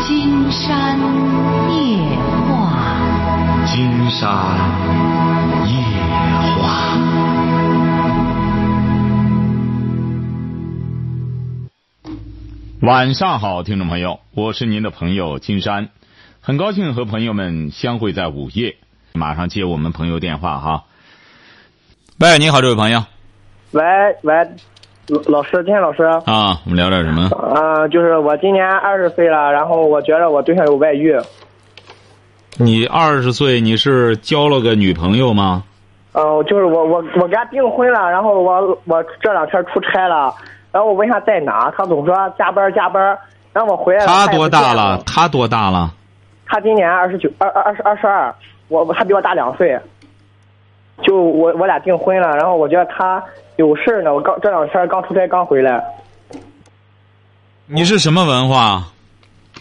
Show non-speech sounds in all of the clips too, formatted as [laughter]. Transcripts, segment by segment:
金山夜话。金山夜话。晚上好，听众朋友，我是您的朋友金山，很高兴和朋友们相会在午夜。马上接我们朋友电话哈。喂，你好，这位朋友喂喂，老老师，金山老师啊、啊，我们聊点什么呢？就是我今年二十岁了，然后我觉得我对象有外遇，你二十岁，你是交了个女朋友吗？嗯、就是我我我跟他订婚了，然后我我这两天出差了，然后我问他在哪，他总说加班加班，然呃后我回来了。他也不多大见了？？他多大了？他今年二十九二二二十二十二，我我他比我大两岁，就我我俩订婚了，然后我觉得他有事儿呢，我刚这两天刚出差刚回来，你是什么文化？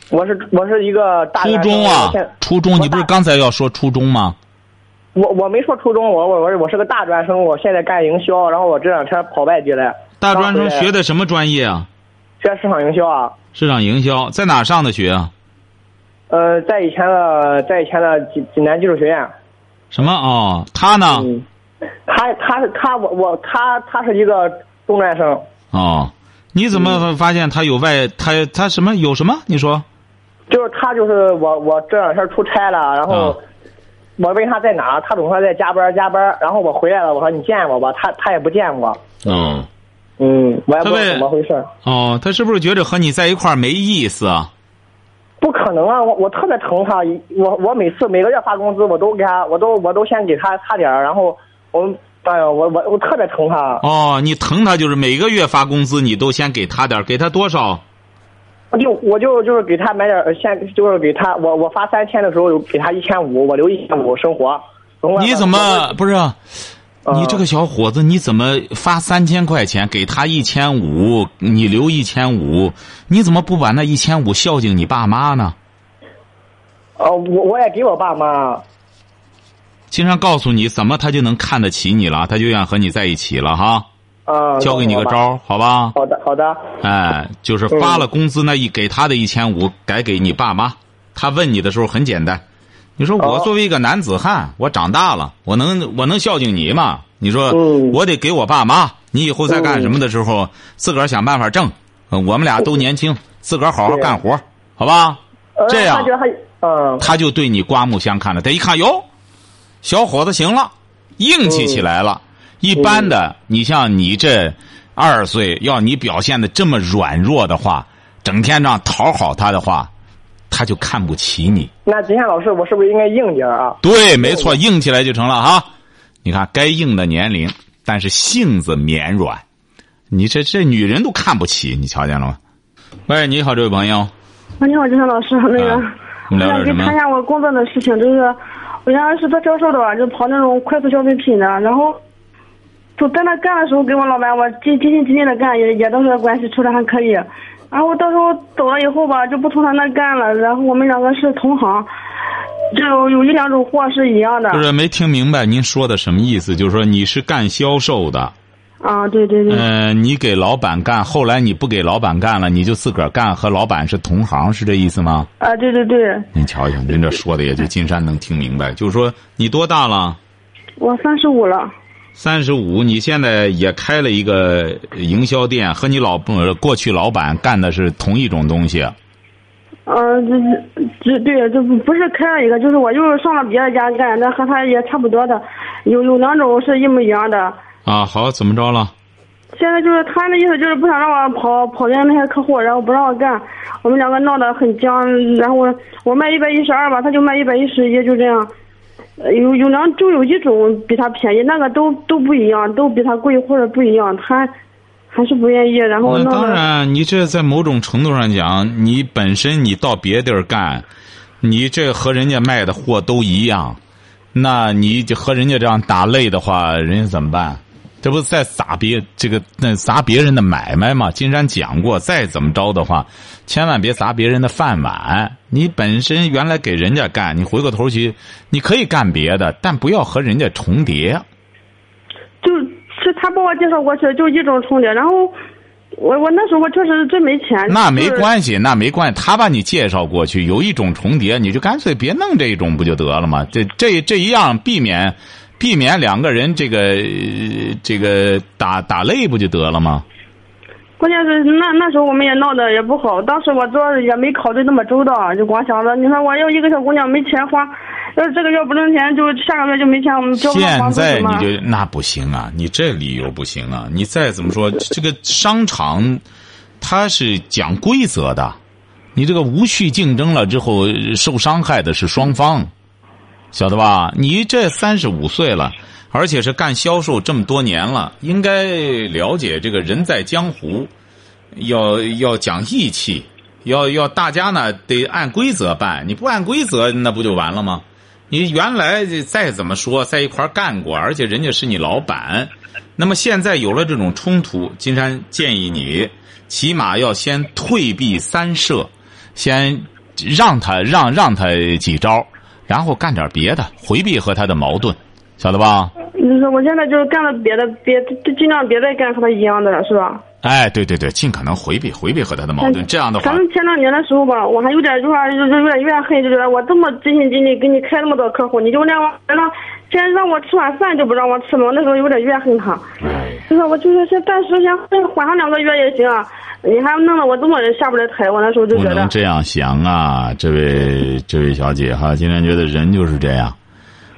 我是我是一个大初中啊我现，初中，我你不是大刚才要说初中吗？我我没说初中，我我我是我是个大专生，我现在干营销，然后我这两天跑外地了。大专生学的的什么专业啊？学市场营销啊，市场营销，在哪上的学啊？呃，在以前的在以前的济济南技术学啊院，什么哦？他呢？嗯，他他是他我我他他是一个中专生，哦，你怎嗯么发现他有外？他他什么有什么？你说就是他就是我我这两天出差了，然后啊我问他在哪，他总说在加班加班，然后我回来了，我说你见我吧，他他也不见我，哦嗯，我也他不知为道怎么回事儿，哦，他是不是觉得和你在一块儿没意思啊？不可能啊！我我特别疼他，一我我每次每个月发工资，我都给他，我都我都先给他差点儿，然后我们，哎呀，我我我特别疼他，哦，你疼他就是每个月发工资，你都先给他点儿，给他多少？我就我就就是给他买点儿，先就是给他，我我发三千的时候有给他一千五，我留一千五生活。你怎么不是啊？嗯你这个小伙子，你怎么发三千块钱给他一千五，你留一千五，你怎么不把那一千五孝敬你爸妈呢？呃，我我也给我爸妈，经常告诉你怎么他就能看得起你了，他就愿和你在一起了哈。啊、教给你个我爸招儿，好吧？好的，好的，哎，就是嗯发了工资那一给他的一千五改给你爸妈。他问你的时候很简单，你说我哦作为一个男子汉，我长大了，我能我能孝敬你吗？你说嗯我得给我爸妈。你以后再干什么的时候，自个儿想办法挣。呃我们俩都年轻，自个儿好好对干活，好吧？呃这样他觉得他，嗯，他就对你刮目相看了。他一看，哟，小伙子行了，硬气起来了。一般的，你像你这二十岁，要你表现的这么软弱的话，整天让讨好他的话，他就看不起你。那金天老师，我是不是应该硬点儿啊？对，没错，硬起来就成了哈。你看，该硬的年龄，但是性子绵软。你这这女人都看不起，你瞧见了吗？喂，你好，这位朋友，啊，你好，金山老师，那个，啊我我们聊想点什跟你么谈一下我工作的事情，就是我原来是做销售的吧，就跑那种快速消费品的，然后就在那干的时候，跟我老板我尽尽心尽力的干，也也都是关系处的还可以。然后到时候走了以后吧，就不从他那干了。然后我们两个是同行，就有一两种货是一样的。就是没听明白您说的什么意思，就是说你是干销售的，啊，对对对，嗯、你给老板干，后来你不给老板干了，你就自个儿干，和老板是同行，是这意思吗？啊，对对对，您瞧瞧，您这说的也就金山能听明白。就是说，你多大了？我三十五了。三十五，你现在也开了一个营销店，和你老呃过去老板干的是同一种东西。啊嗯，这这对，这不不是开了一个，就是我又上了别的家干，那和他也差不多的，有有两种是一模一样的。啊，好，怎么着了？现在就是他那意思就是不想让我跑跑人家那些客户，然后不让我干，我们两个闹得很僵，然后我我卖一百一十二吧，他就卖一百一十一，就这样。呃有有两就有一种比他便宜，那个都都不一样，都比他贵或者不一样，他还是不愿意，然后那闹呃哦当得然，你这在某种程度上讲，你本身你到别地儿干，你这和人家卖的货都一样，那你就和人家这样打擂的话，人家怎么办？这不是在砸别这个那砸别人的买卖吗？金山讲过，再怎么着的话，千万别砸别人的饭碗。你本身原来给人家干，你回过头去，你可以干别的，但不要和人家重叠。就是他把我介绍过去，就一种重叠。然后我我那时候我确实真没钱。那没就是关系，那没关系，他把你介绍过去，有一种重叠，你就干脆别弄这一种不就得了吗？这这这一样避免避免两个人这个呃这个打打擂不就得了吗？关键是那那时候我们也闹得也不好，当时我主要是也没考虑那么周到，就光想着，你说我要一个小姑娘没钱花，要是这个月不挣钱，就下个月就没钱，我们交不上现房租在什你么。就那不行啊，你这理由不行啊！你再怎么说，这个商场它是讲规则的，你这个无序竞争了之后，呃受伤害的是双方，晓得吧？你这三十五岁了，而且是干销售这么多年了，应该了解这个人在江湖，要要讲义气，要要大家呢得按规则办，你不按规则那不就完了吗？你原来再怎么说在一块儿干过，而且人家是你老板，那么现在有了这种冲突，金山建议你起码要先退避三舍，先让他让让他几招，然后干点别的，回避和他的矛盾，晓得吧？就是我现在就是干了别的，别就尽量别再干和他一样的了，是吧？哎，对对对，尽可能回避回避和他的矛盾，这样的话咱，们前两年的时候吧，我还有点有点有点有点怨恨，就觉得我这么尽心尽力给你开那么多客户，你就让我让先让我吃碗饭就不让我吃吗？我那时候有点怨恨他。哎，就是我就是先暂时先缓上两个月也行啊，你还弄得我这么人下不来台，我那时候就不觉能得，这样想啊，这位这位小姐哈，今天觉得人就是这样，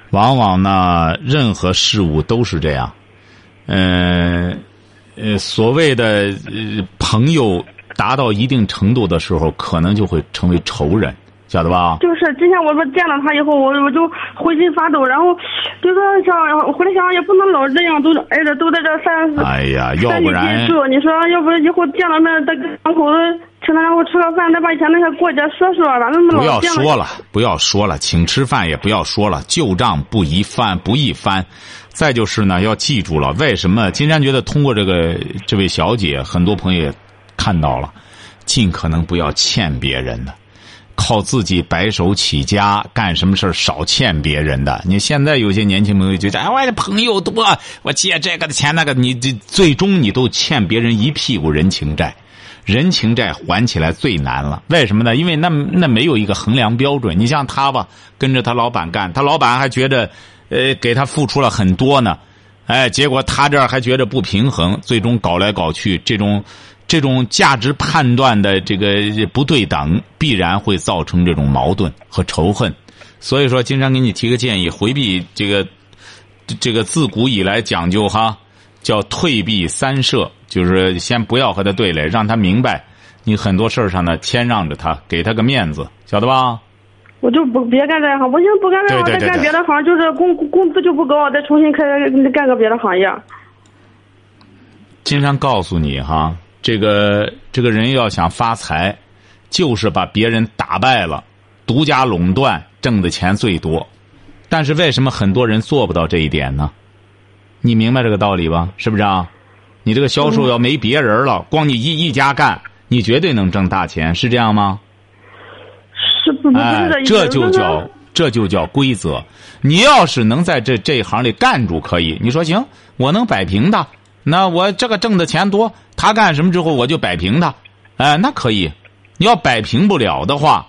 往往呢，任何事物都是这样，嗯、呃，所谓的、呃、朋友达到一定程度的时候，可能就会成为仇人，晓得吧？就是之前我说见了他以后，我我就浑身发抖，然后就说想回来想想也不能老这样，都挨着都在这三四哎呀，要三不里然地住，你说要不以后见了面再跟两口子请他然后吃个饭，再把以前那些过节说说，反正不老要见说了，不要说了，请吃饭也不要说了，旧账不宜翻，不宜翻。再就是呢，要记住了，为什么金山觉得通过这个这位小姐，很多朋友也看到了，尽可能不要欠别人的，靠自己白手起家，干什么事儿少欠别人的。你现在有些年轻朋友就觉得，哎，我的朋友多，我借这个的钱那个，你这最终你都欠别人一屁股人情债。人情债还起来最难了。为什么呢？因为那那没有一个衡量标准。你像他吧，跟着他老板干，他老板还觉得，呃，给他付出了很多呢，哎，结果他这儿还觉得不平衡，最终搞来搞去，这种这种价值判断的这个不对等，必然会造成这种矛盾和仇恨。所以说，经常给你提个建议，回避这个这个自古以来讲究哈，叫退避三舍，就是先不要和他对垒，让他明白你很多事儿上呢谦让着他，给他个面子，晓得吧？我就不别干这行，我寻思不干这行，对对再对干对别的行，就是工工资就不高，再重新开干个别的行业。经常告诉你哈，这个这个人要想发财，就是把别人打败了，独家垄断，挣的钱最多。但是为什么很多人做不到这一点呢？你明白这个道理吧？是不是啊？你这个销售要没别人了，光你一一家干，你绝对能挣大钱，是这样吗？是不不 [laughs] 哎是这，意思？这就是叫这就叫规则。你要是能在这这一行里干住，可以。你说行，我能摆平他，那我这个挣的钱多，他干什么之后我就摆平他，哎、那可以。你要摆平不了的话，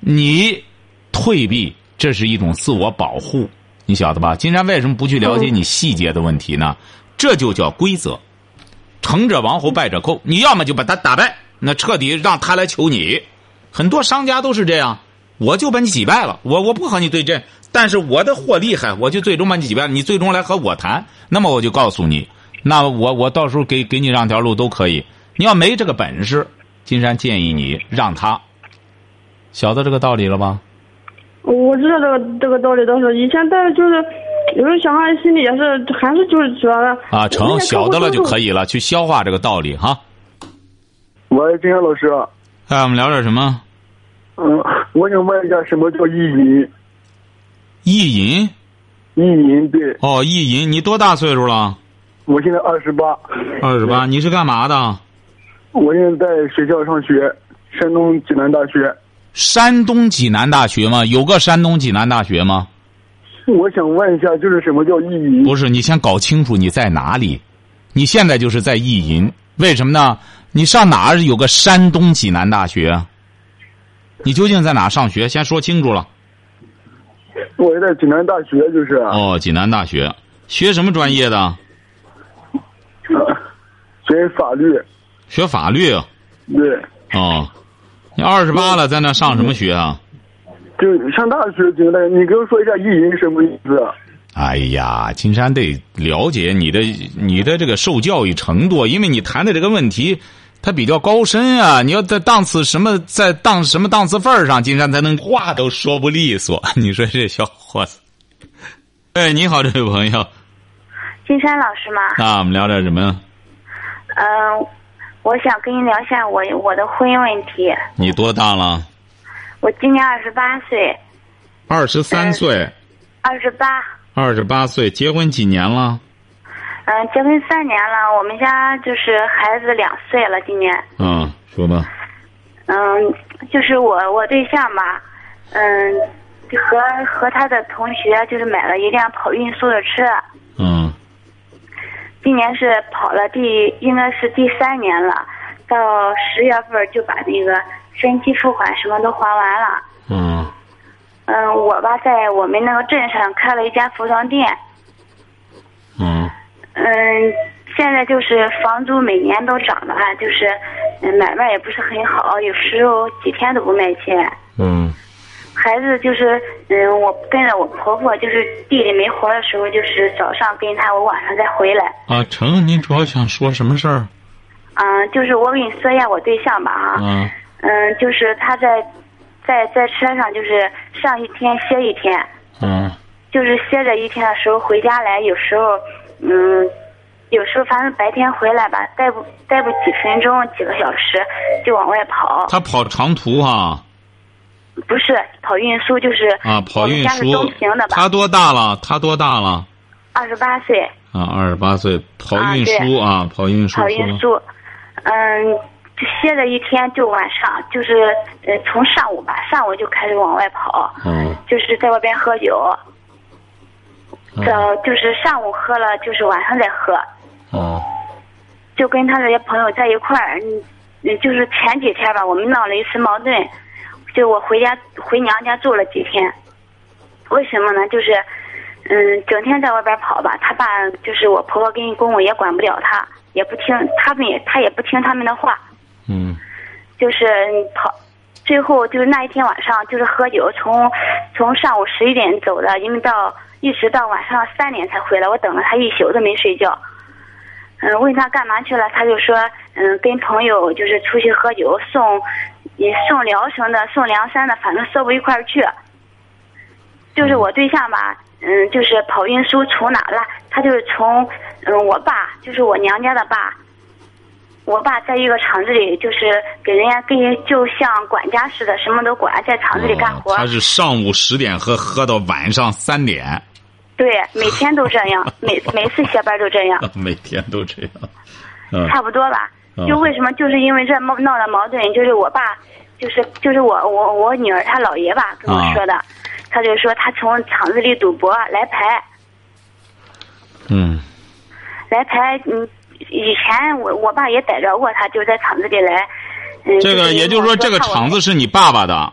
你退避，这是一种自我保护，你晓得吧？金山为什么不去了解你细节的问题呢？这就叫规则。成者王侯，败者寇。你要么就把他打败，那彻底让他来求你。很多商家都是这样，我就把你击败了，我我不和你对阵，但是我的货厉害，我就最终把你击败，你最终来和我谈，那么我就告诉你，那我我到时候给给你让条路都可以。你要没这个本事，金山建议你让他，晓得这个道理了吧？我知道这个这个道理，都是以前，但是就是有时候想想心里也是，还是就是觉得啊，成，晓得了就可以。以了，去消化这个道理哈。喂，金山老师，哎，我们聊点什么？嗯，我想问一下，什么叫意淫？意淫意淫，对哦，意淫，你多大岁数了？我现在二十八，二十八，你是干嘛的？我现在在学校上学，山东济南大学。山东济南大学吗？有个山东济南大学吗？我想问一下，就是什么叫意淫？不是，你先搞清楚你在哪里。你现在就是在意淫，为什么呢？你上哪儿有个山东济南大学？啊你究竟在哪儿上学？先说清楚了。我是在济南大学，就是、啊哦，济南大学学什么专业的？ [laughs] 学法律，学法律。对，哦，你二十八了，在那上什么学啊？就上大学觉得，你给我说一下意淫什么意思？啊哎呀，金山得了解你的你的这个受教育程度，因为你谈的这个问题，它比较高深啊。你要在档次什么，在档什么档次份儿上，金山才能话都说不利索。 [laughs] 你说这小伙子？哎，你好，这位朋友，金山老师吗？那我们聊点什么呀？嗯、我想跟您聊一下我我的婚姻问题。你多大了？我今年二十八岁，二十三岁，二十八，二十八岁，结婚几年了？嗯，结婚三年了，我们家就是孩子两岁了，今年。嗯，说吧。嗯，就是我我对象吧，嗯，就和和他的同学就是买了一辆跑运输的车，嗯今年是跑了第应该是第三年了，到十月份就把那个分期付款什么都还完了。嗯嗯，我吧在我们那个镇上开了一家服装店，嗯嗯，现在就是房租每年都涨的话，就是嗯买卖也不是很好，有时候几天都不卖钱。嗯孩子就是，嗯，我跟着我婆婆，就是地里没活的时候，就是早上跟她，我晚上再回来。啊，成，您主要想说什么事儿？嗯，就是我给你说一下我对象吧啊，嗯嗯，就是他在在在车上，就是上一天歇一天，嗯就是歇着一天的时候回家来，有时候，嗯，有时候反正白天回来吧，待不待不几分钟、几个小时就往外跑，他跑长途哈、不是跑运输就是啊，跑运输我们哎家是东平的。他吧，多大了？他多大了？二十八岁啊，二十八岁，跑啊运对输啊，跑运输跑说吧运输，嗯，就歇着一天就晚上，就是呃从上午吧，上午就开始往外跑，嗯就是在外边喝酒，嗯呃，就是上午喝了，就是晚上再喝。哦就跟他这些朋友在一块儿，嗯，嗯就是前几天吧，我们闹了一次矛盾，就我回家回娘家住了几天，为什么呢？就是，嗯，整天在外边跑吧，他爸就是我婆婆跟公公也管不了他，也不听他们也他也不听他们的话，嗯就是嗯跑，最后就是那一天晚上就是喝酒，从从上午十一点走的，因为到一直到晚上三点才回来，我等了他一宿都没睡觉。嗯，问他干嘛去了，他就说，嗯，跟朋友就是出去喝酒，送，也送聊城的，送凉山的，反正说不一块儿去。就是我对象吧，嗯，就是跑运输从哪儿来，他就是从，嗯，我爸，就是我娘家的爸，我爸在一个厂子里，就是给人家跟就像管家似的，什么都管，在厂子里干哦活。他是上午十点喝，喝到晚上三啊点，对，每天都这样，每每次下班都这样， [laughs] 每天都这样。嗯差不多吧嗯。就为什么就是因为这闹闹的矛盾，就是我爸，就是就是我我我女儿她姥爷吧跟我说的，啊他就说他从厂子里赌博来牌，嗯来牌，嗯，以前我我爸也逮着过他，就在厂子里来。嗯，这个是也就是说，这个看我厂子是你爸爸的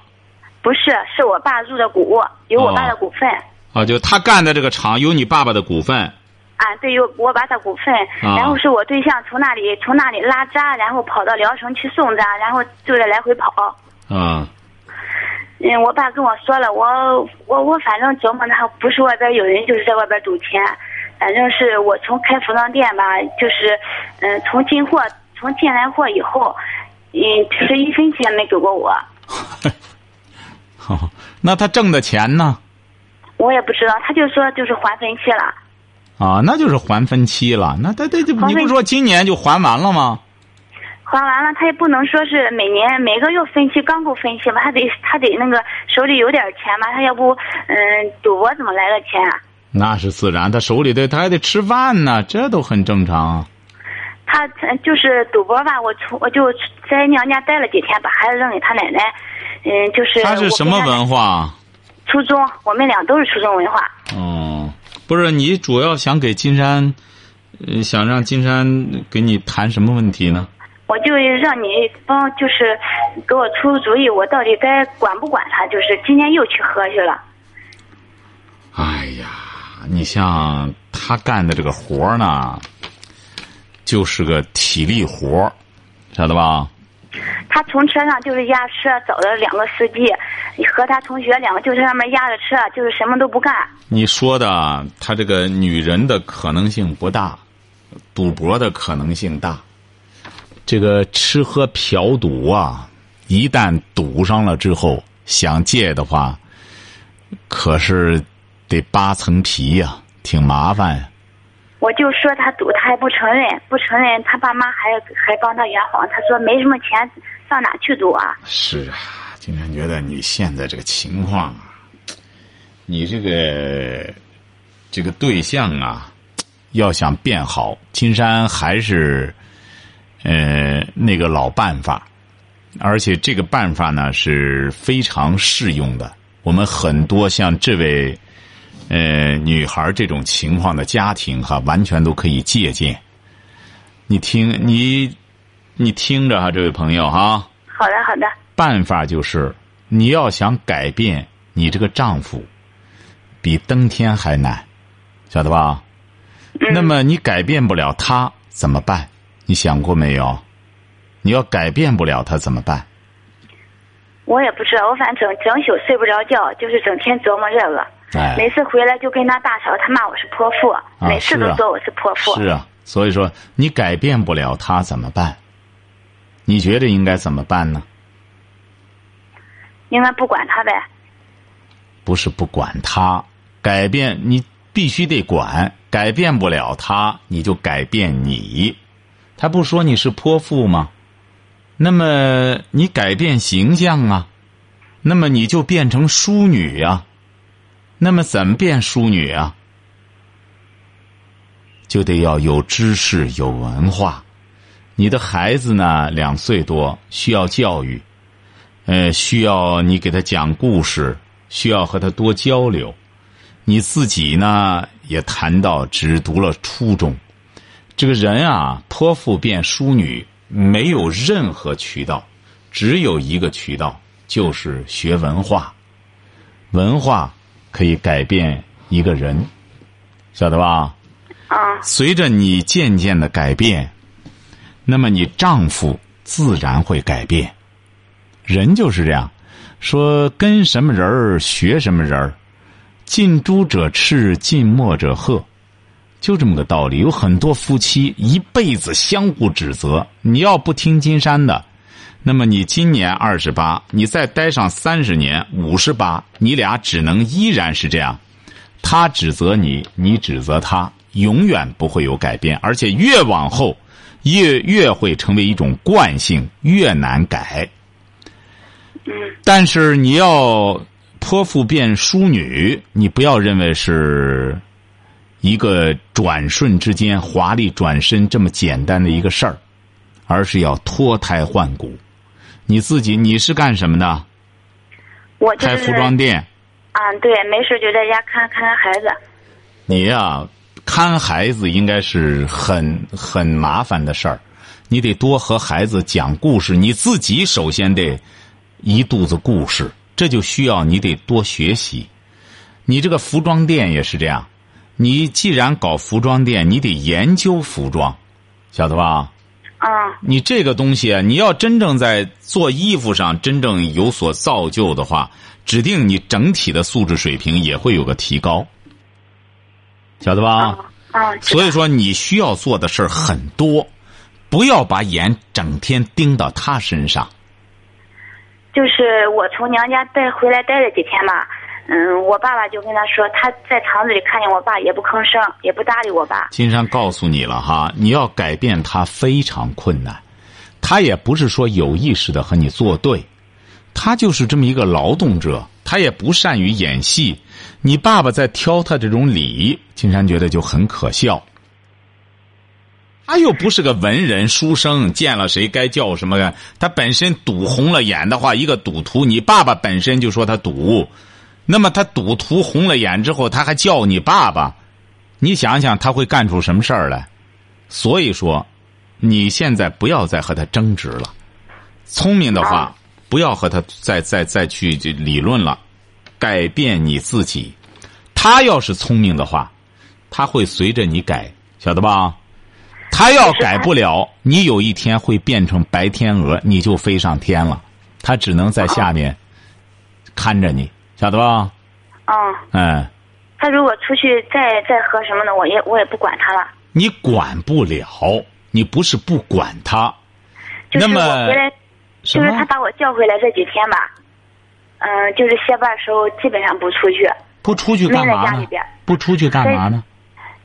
不是是我爸入的股，有我爸的哦股份。啊，就他干的这个厂有你爸爸的股份。啊，对，有我把他股份，啊然后是我对象从那里从那里拉渣，然后跑到聊城去送渣，然后就得来回跑。啊嗯，我爸跟我说了，我我我反正琢磨他不是外边有人，就是在外边赌钱，反正是我从开服装店吧，就是嗯、从进货从进来货以后，嗯，就是一分钱没给过我，好， [laughs] 那他挣的钱呢？我也不知道，他就说就是还分期了。啊，那就是还分期了。那他他这还你不分说今年就还完了吗？还完了，他也不能说是每年每个月分期刚够分期吧，他得他得那个手里有点钱吧，他要不嗯赌博怎么来的钱啊？那是自然，他手里的他还得吃饭呢，这都很正常。他他就是赌博吧，我从我就在娘家待了几天，把孩子扔给他奶奶，嗯，就是他是什么我跟他奶奶？文化？初中，我们俩都是初中文化。哦，不是，你主要想给金山呃想让金山给你谈什么问题呢？我就让你帮，就是给我出主意，我到底该管不管他？就是今天又去喝去了，哎呀，你像他干的这个活儿呢，就是个体力活儿，晓得吧？他从车上就是压车找了两个司机，和他同学两个就在上面压着车，就是什么都不干。你说的他这个女人的可能性不大，赌博的可能性大。这个吃喝嫖赌啊，一旦赌上了之后，想戒的话，可是得扒层皮呀、挺麻烦呀、我就说他赌，他还不承认，不承认，他爸妈还还帮他圆谎，他说没什么钱，上哪去赌啊？是啊，经常觉得你现在这个情况啊，你这个这个对象啊，要想变好，金山还是呃那个老办法，而且这个办法呢是非常适用的。我们很多像这位呃女孩这种情况的家庭哈，完全都可以借鉴。你听，你你听着哈、这位朋友哈、好的，好的，办法就是，你要想改变你这个丈夫，比登天还难，晓得吧？那么你改变不了他怎么办？你想过没有？你要改变不了他怎么办？我也不知道，我反正整宿睡不着觉，就是整天琢磨这个。哎，每次回来就跟他大吵，他骂我是泼妇，每次是都啊说我是泼妇。是啊，所以说你改变不了他怎么办？你觉得应该怎么办呢？应该不管他呗。不是不管他，改变你必须得管，改变不了他，你就改变你。他不说你是泼妇吗？那么你改变形象啊，那么你就变成淑女呀、那么怎么变淑女啊？就得要有知识、有文化。你的孩子呢，两岁多，需要教育。呃，需要你给他讲故事，需要和他多交流。你自己呢，也谈到只读了初中，这个人啊，泼妇变淑女，没有任何渠道，只有一个渠道，就是学文化。文化可以改变一个人，晓得吧？嗯，随着你渐渐的改变，那么你丈夫自然会改变。人就是这样，说跟什么人儿学什么人儿，近朱者赤，近墨者黑，就这么个道理。有很多夫妻一辈子相互指责，你要不听金山的，那么你今年二十八，你再待上三十年五十八，你俩只能依然是这样。他指责你，你指责他，永远不会有改变，而且越往后，越越会成为一种惯性，越难改。但是你要泼妇变淑女，你不要认为是一个转瞬之间、华丽转身这么简单的一个事儿，而是要脱胎换骨。你自己你是干什么的？我就开是服装店。啊，对，没事就在家看看看孩子。你呀、看孩子应该是很很麻烦的事儿，你得多和孩子讲故事。你自己首先得一肚子故事，这就需要你得多学习。你这个服装店也是这样，你既然搞服装店，你得研究服装，晓得吧？嗯你这个东西啊，你要真正在做衣服上真正有所造就的话，指定你整体的素质水平也会有个提高，晓得吧？嗯，知道所以说，你需要做的事儿很多，不要把眼整天盯到他身上。就是我从娘家带回来待了几天嘛，嗯，我爸爸就跟他说，他在厂子里看见我爸也不吭声，也不搭理我爸。金山告诉你了哈，你要改变他非常困难，他也不是说有意识的和你作对，他就是这么一个劳动者，他也不善于演戏。你爸爸在挑他这种理，金山觉得就很可笑。他又不是个文人书生，见了谁该叫什么的。他本身赌红了眼的话，一个赌徒，你爸爸本身就说他赌，那么他赌徒红了眼之后，他还叫你爸爸，你想想他会干出什么事儿来？所以说，你现在不要再和他争执了。聪明的话啊，不要和他再再再去理论了，改变你自己。他要是聪明的话，他会随着你改，晓得吧？他要改不了，你有一天会变成白天鹅，你就飞上天了。他只能在下面看着你，晓得吧？嗯，嗯，他如果出去再再喝什么的，我也我也不管他了。你管不了，你不是不管他，就是那么我回来，什就是么他把我叫回来这几天吧，嗯、就是歇班的时候基本上不出去。不出去干没在嘛家呢里边？不出去干嘛呢？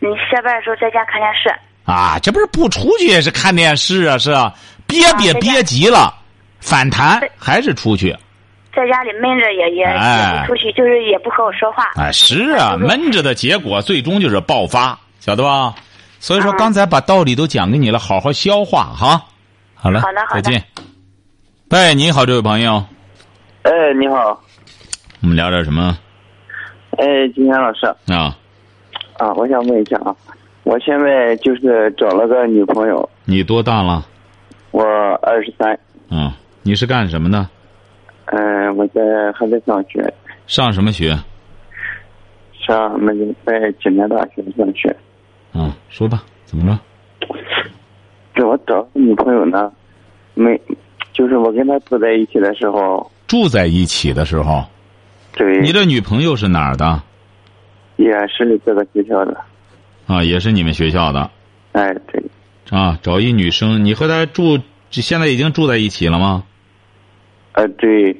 你歇班的时候在家看电视，啊，这不是不出去也是看电视啊，是啊，憋憋在家憋急了，反弹对还是出去？在家里闷着也也也哎不出去，就是也不和我说话。哎，是啊，就是闷着的结果最终就是爆发，晓得吧？所以说啊刚才把道理都讲给你了，好好消化哈。好了，好的好再的见。喂，你好，这位朋友，哎，你好，我们聊点什么哎，金山老师啊？啊，我想问一下啊，我现在就是找了个女朋友，你多大了？我二十三，啊，你是干什么的？嗯，我在还在上学，上什么学？上那个在济南大学上学。啊，说吧，怎么着？这我找女朋友呢，没，就是我跟她住在一起的时候，住在一起的时候，对，你的女朋友是哪儿的？也是这个学校的，啊，也是你们学校的哎，对，啊。找一女生，你和她住，现在已经住在一起了吗？啊对，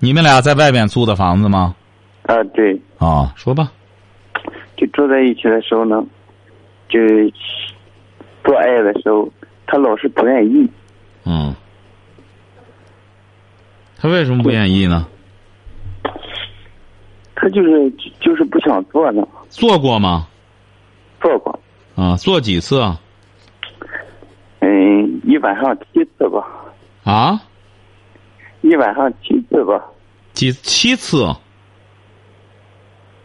你们俩在外边租的房子吗？啊对，啊，说吧。就住在一起的时候呢，就做爱的时候，她老是不愿意。嗯，他为什么不愿意呢？他就是就是不想做呢，做过吗？做过，啊，做几次啊？嗯，一晚上七次吧，啊，一晚上七次吧，几七次？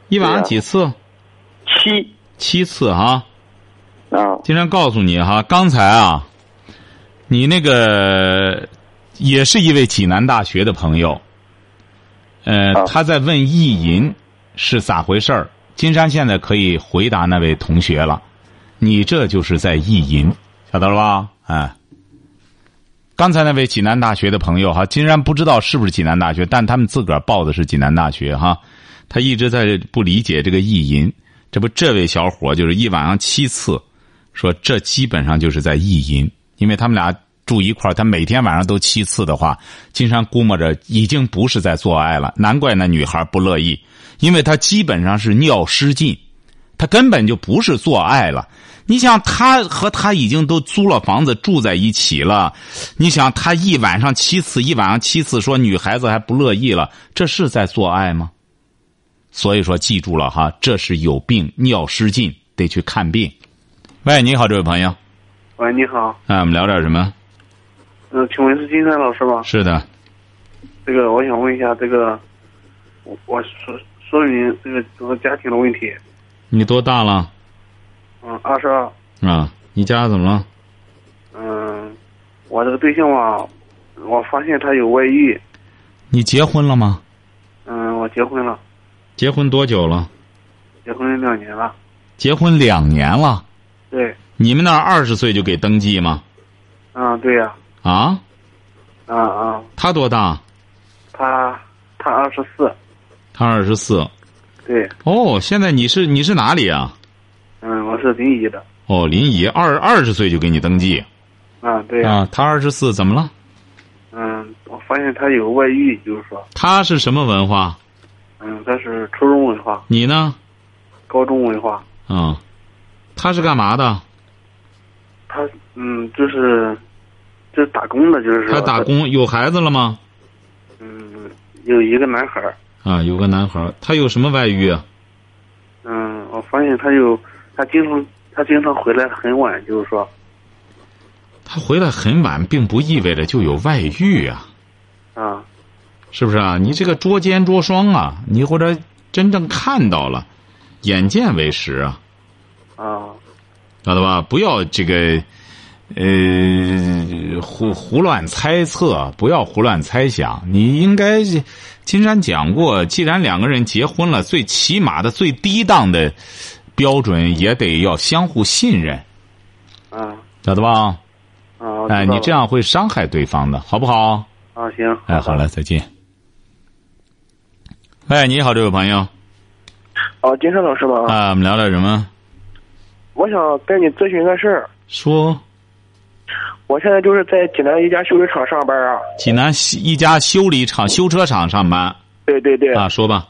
一晚上对啊几次？七七次啊！啊，经常告诉你哈，刚才啊，你那个也是一位济南大学的朋友，呃，啊他在问意淫是咋回事儿。金山现在可以回答那位同学了，你这就是在意淫，晓得了吧？哎，刚才那位济南大学的朋友哈，金山不知道是不是济南大学，但他们自个儿报的是济南大学哈。他一直在不理解这个意淫，这不这位小伙就是一晚上七次，说这基本上就是在意淫，因为他们俩住一块儿，他每天晚上都七次的话，金山估摸着已经不是在做爱了，难怪那女孩不乐意，因为她基本上是尿失禁，她根本就不是做爱了。你想，他和他已经都租了房子住在一起了，你想他一晚上七次，一晚上七次，说女孩子还不乐意了，这是在做爱吗？所以说，记住了哈，这是有病，尿失禁，得去看病。喂，你好，这位朋友，喂，你好，啊，我们聊点什么？嗯、请问是金山老师吗？是的，这个我想问一下，这个我我说说明这个这个家庭的问题，你多大了？嗯，二十二，啊，你家怎么了？嗯，我这个对象吧，我发现他有外遇，你结婚了吗？嗯，我结婚了，结婚多久了？结婚两年了，结婚两年了。对，你们那儿二十岁就给登记吗？嗯，对呀、啊，啊，啊啊，他多大？他他二十四，他二十四。对，哦，现在你是你是哪里啊？嗯，我是临沂的，哦，临沂，二二十岁就给你登记啊，对呀、啊。他二十四，怎么了？嗯，我发现他有外遇，就是说，他是什么文化？嗯，他是初中文化、你呢？高中文化，啊，他是干嘛的？他嗯，就是就是打工的，就是说他打，工，有孩子了吗？嗯，有一个男孩儿，啊，有个男孩儿，他有什么外遇啊？嗯，我发现他有，他经常他经常回来很晚，就是说，他回来很晚，并不意味着就有外遇啊，啊，是不是啊？你这个捉奸捉双啊，你或者真正看到了，眼见为实啊啊，知道吧？不要这个，呃，胡胡乱猜测，不要胡乱猜想。你应该，金山讲过，既然两个人结婚了，最起码的、最低档的标准也得要相互信任，啊晓得吧？啊！我知哎，道你了这样会伤害对方的，好不好？啊，行。哎，好了，再见。哎，你好，这位朋友哦，金山老师吗？啊，我们聊点什么？我想跟你咨询个事儿。说我现在就是在济南一家修理厂上班啊。济南西一家修理厂、修车厂上班对对对，啊，说吧，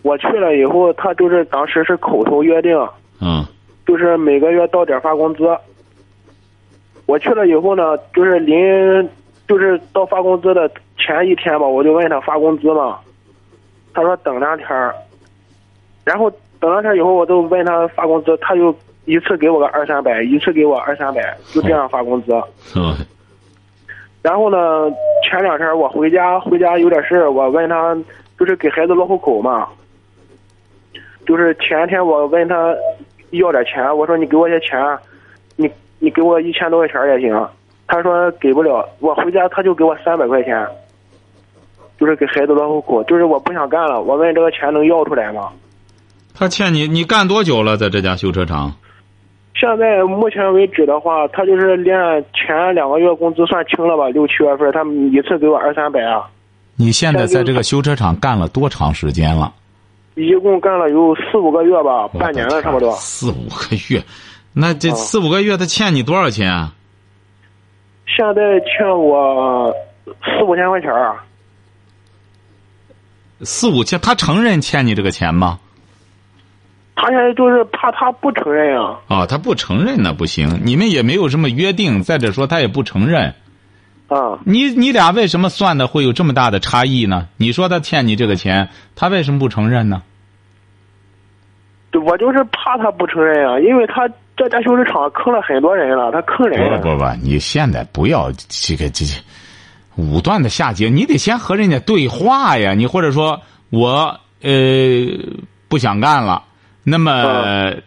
我去了以后，他就是当时是口头约定，嗯就是每个月到点发工资。我去了以后呢，就是临就是到发工资的前一天吧，我就问他发工资嘛，他说等两天儿，然后等两天儿以后，我就问他发工资，他就一次给我个二三百，一次给我二三百，就这样发工资。嗯然后呢，前两天我回家，回家有点事儿，我问他就是给孩子落户口嘛，就是前天我问他要点钱，我说你给我些钱，你你给我一千多块钱也行，他说给不了，我回家他就给我三百块钱，就是给孩子落户口，就是我不想干了，我问这个钱能要出来吗？他欠你，你干多久了？在这家修车厂？现在目前为止的话，他就是连前两个月工资算清了吧，六七月份他一次给我二三百啊。你现在在这个修车厂干了多长时间了？一共干了有四五个月吧，哦半年了差不多。四五个月，那这哦四五个月他欠你多少钱啊？现在欠我四五千块钱儿，啊四五千，他承认欠你这个钱吗？他现在就是怕他不承认啊。啊，他不承认那不行，你们也没有什么约定。再者说，他也不承认。啊，你你俩为什么算的会有这么大的差异呢？你说他欠你这个钱，他为什么不承认呢？对我就是怕他不承认啊，因为他这家修理厂坑了很多人了，他坑不人。不不，你现在不要这个这这武断的下结，你得先和人家对话呀。你或者说我呃不想干了，那么嗯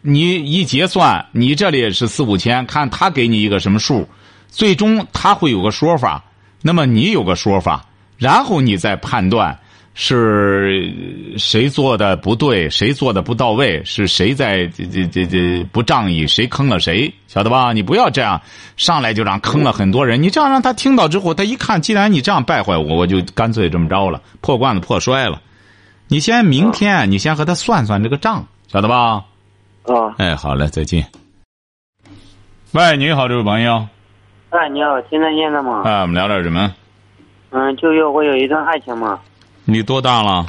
你一结算，你这里是四五千，看他给你一个什么数，最终他会有个说法，那么你有个说法，然后你再判断。是谁做的不对，谁做的不到位，是谁在这这这这不仗义，谁坑了谁，晓得吧？你不要这样，上来就让坑了很多人。你这样让他听到之后，他一看，既然你这样败坏我，我就干脆这么着了，破罐子破摔了。你先明天，你先和他算算这个账，晓得吧？啊，哎，好嘞，再见。喂，你好，这位朋友，哎，你好，听得见的吗？哎，我们聊点什么？嗯，就要我有一段爱情嘛。你多大了？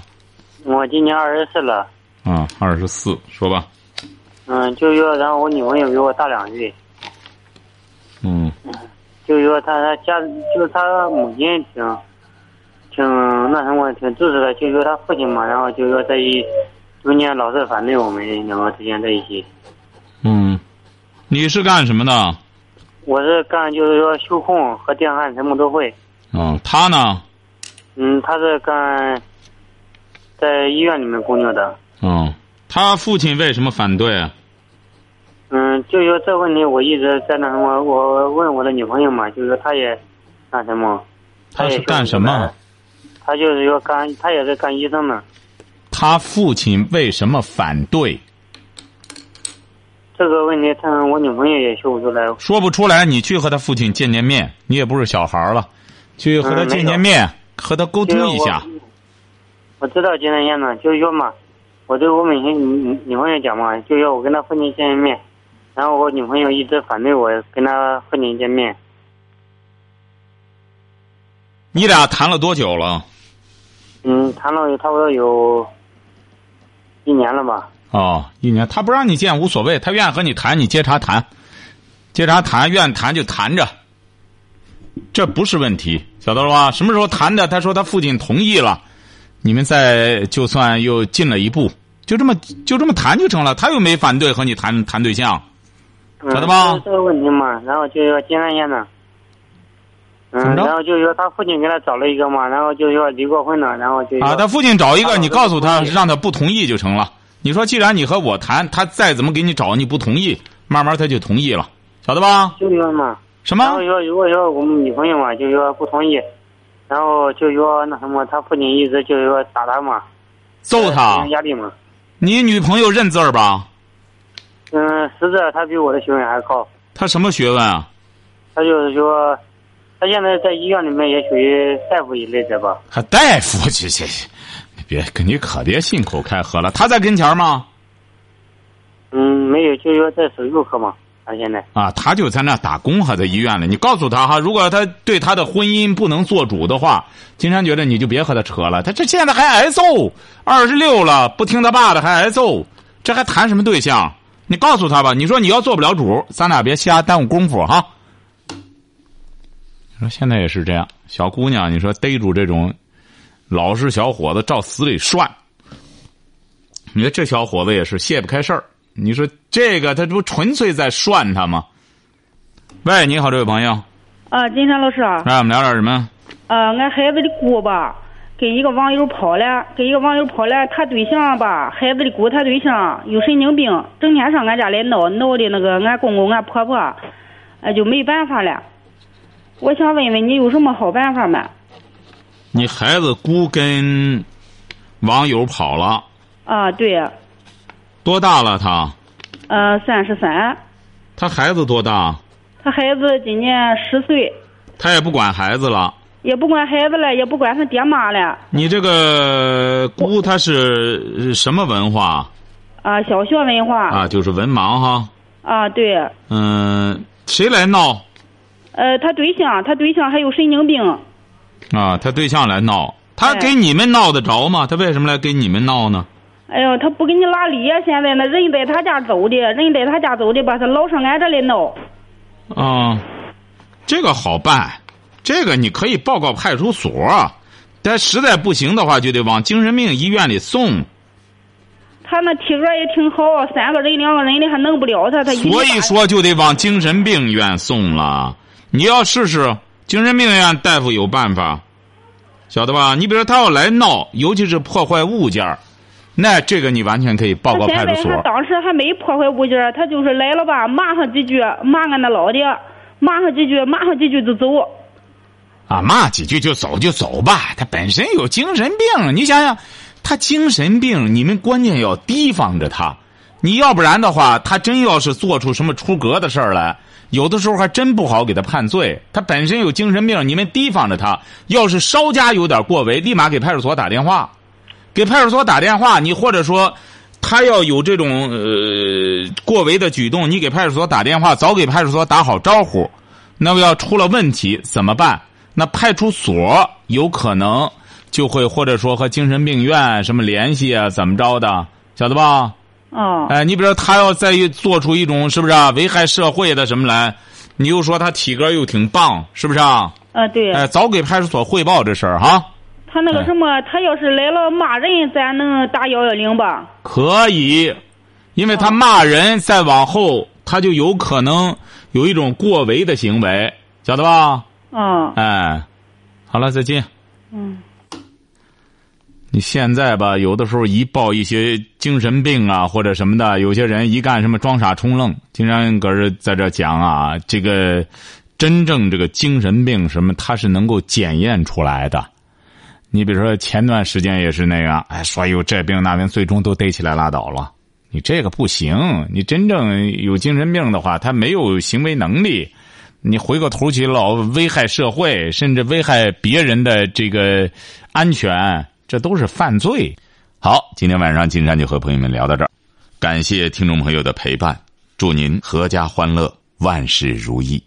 我今年二十四了，啊，二十四，说吧。嗯，就要然后我女朋友比我大两岁，嗯，就是说她她家就是她母亲挺挺那什么挺支持的，就是说她父亲嘛，然后就是说在一中间老是反对我们两个之间在一起。嗯，你是干什么的？我是干就是说修控和电焊什么都会，嗯，他呢？嗯，她是干在医院里面工作的，嗯，他父亲为什么反对啊？嗯，就是说这问题我一直在那什么，我问我的女朋友嘛，就是说她也那什么，她他是也修干不什出来么？他就是说干，他也是干医生的。他父亲为什么反对？这个问题，他我女朋友也修不出来。说不出来，你去和他父亲见见面，你也不是小孩儿了，去和他嗯见见面，和他沟通一下就是。我。我知道金丹燕呢，就是说嘛，我对我每天女女朋友讲嘛，就要我跟他父亲见一面，然后我女朋友一直反对我跟他父亲见面。你俩谈了多久了？嗯，谈了有差不多有一年了吧。哦，一年。他不让你见无所谓，他愿意和你谈，你接茬谈，接茬谈，愿意谈就谈着，这不是问题，晓得了吧？什么时候谈的？他说他父亲同意了，你们再就算又进了一步，就这么就这么谈就成了。他又没反对和你谈谈对象，嗯晓得吧就是这个问题嘛，然后就说金丹燕呢。怎么嗯，着然后就是说他父亲给他找了一个嘛，然后就是说离过婚了，然后就啊，说他父亲找一个，他老你是告诉不他同意让他不同意就成了。你说，既然你和我谈，他再怎么给你找，你不同意，慢慢他就同意了，晓得吧？就说嘛，什然后么？说如果说我们女朋友嘛，就说不同意，然后就说那什么，他父亲一直就是说打他嘛，揍他有？压力嘛。你女朋友认字儿吧？嗯，实在他比我的学问还高，她什么学问啊？他就是说，他现在在医院里面也属于大夫一类的吧。还大夫去去去！你别，你可别信口开河了。他在跟前儿吗？嗯，没有，就是说在手术科嘛，他现在。啊，他就在那打工，还在医院里。你告诉他哈，如果他对他的婚姻不能做主的话，金山觉得你就别和他扯了。他这现在还挨揍，二十六了不听他爸的还挨揍，这还谈什么对象？你告诉他吧，你说你要做不了主，咱俩别瞎耽误功夫哈。你说现在也是这样，小姑娘，你说逮住这种老实小伙子，照死里涮。你说这小伙子也是卸不开事儿。你说这个他这不纯粹在涮他吗？喂，你好，这位朋友，啊，金山老师啊，来，我们聊点什么？呃，俺孩子的姑吧，跟一个网友跑了，跟一个网友跑了，他对象吧，孩子的姑他对象有神经病，整天上俺家来闹，闹的那个俺公公俺婆婆，呃，就没办法了。我想问问你有什么好办法没？你孩子姑跟网友跑了，啊，对，多大了他？呃，三十三，他孩子多大？他孩子今年十岁，他也不管孩子了。也不管孩子了，也不管他爹妈了，你这个姑她是呃什么文化啊，小学文化，啊？就是文盲哈。啊，对，嗯，谁来闹呃，他对象，他对象还有神经病。啊？他对象来闹，他哎给你们闹得着吗？他为什么来跟你们闹呢？哎呦，他不给你拉理呀！现在那人在他家走的，人在他家走的吧，他老上俺这里闹。啊、这个好办，这个你可以报告派出所，但实在不行的话，就得往精神病医院里送。他那体格也挺好，啊三个人两个人的还弄不了他，他一米所以八说，就得往精神病院送了。你要试试，精神病院大夫有办法，晓得吧？你比如说他要来闹，尤其是破坏物件儿那这个你完全可以报告他派出现在所他。当时还没破坏物件儿，他就是来了吧，骂上几句，骂俺那老的，骂上几句，骂上几句就走。啊，骂几句就走就走吧，他本身有精神病，你想想，他精神病，你们关键要提防着他，你要不然的话，他真要是做出什么出格的事儿来，有的时候还真不好给他判罪。他本身有精神病，你们提防着他，要是稍加有点过违，立马给派出所打电话，给派出所打电话，你或者说。他要有这种呃过违的举动，你给派出所打电话，早给派出所打好招呼，那么要出了问题怎么办？那派出所有可能就会或者说和精神病院什么联系啊，怎么着的，晓得吧？哦，哎，你比如说他要再做出一种是不是、啊、危害社会的什么来，你又说他体格又挺棒，是不是、啊？啊对，哎，早给派出所汇报这事儿哈、他那个什么，他要是来了骂人，咱能打幺幺零吧？可以，因为他骂人，再往后他就有可能有一种过为的行为，晓得吧？啊，哎，好了，再见。嗯。你现在吧，有的时候一报一些精神病啊或者什么的，有些人一干什么装傻充愣，经常搁这在这讲啊，这个真正这个精神病什么，它是能够检验出来的。你比如说前段时间也是那样，哎，说有这病那病，最终都逮起来拉倒了。你这个不行，你真正有精神病的话，他没有行为能力，你回过头去老危害社会，甚至危害别人的这个安全，这都是犯罪。好，今天晚上金山就和朋友们聊到这儿，感谢听众朋友的陪伴，祝您阖家欢乐，万事如意。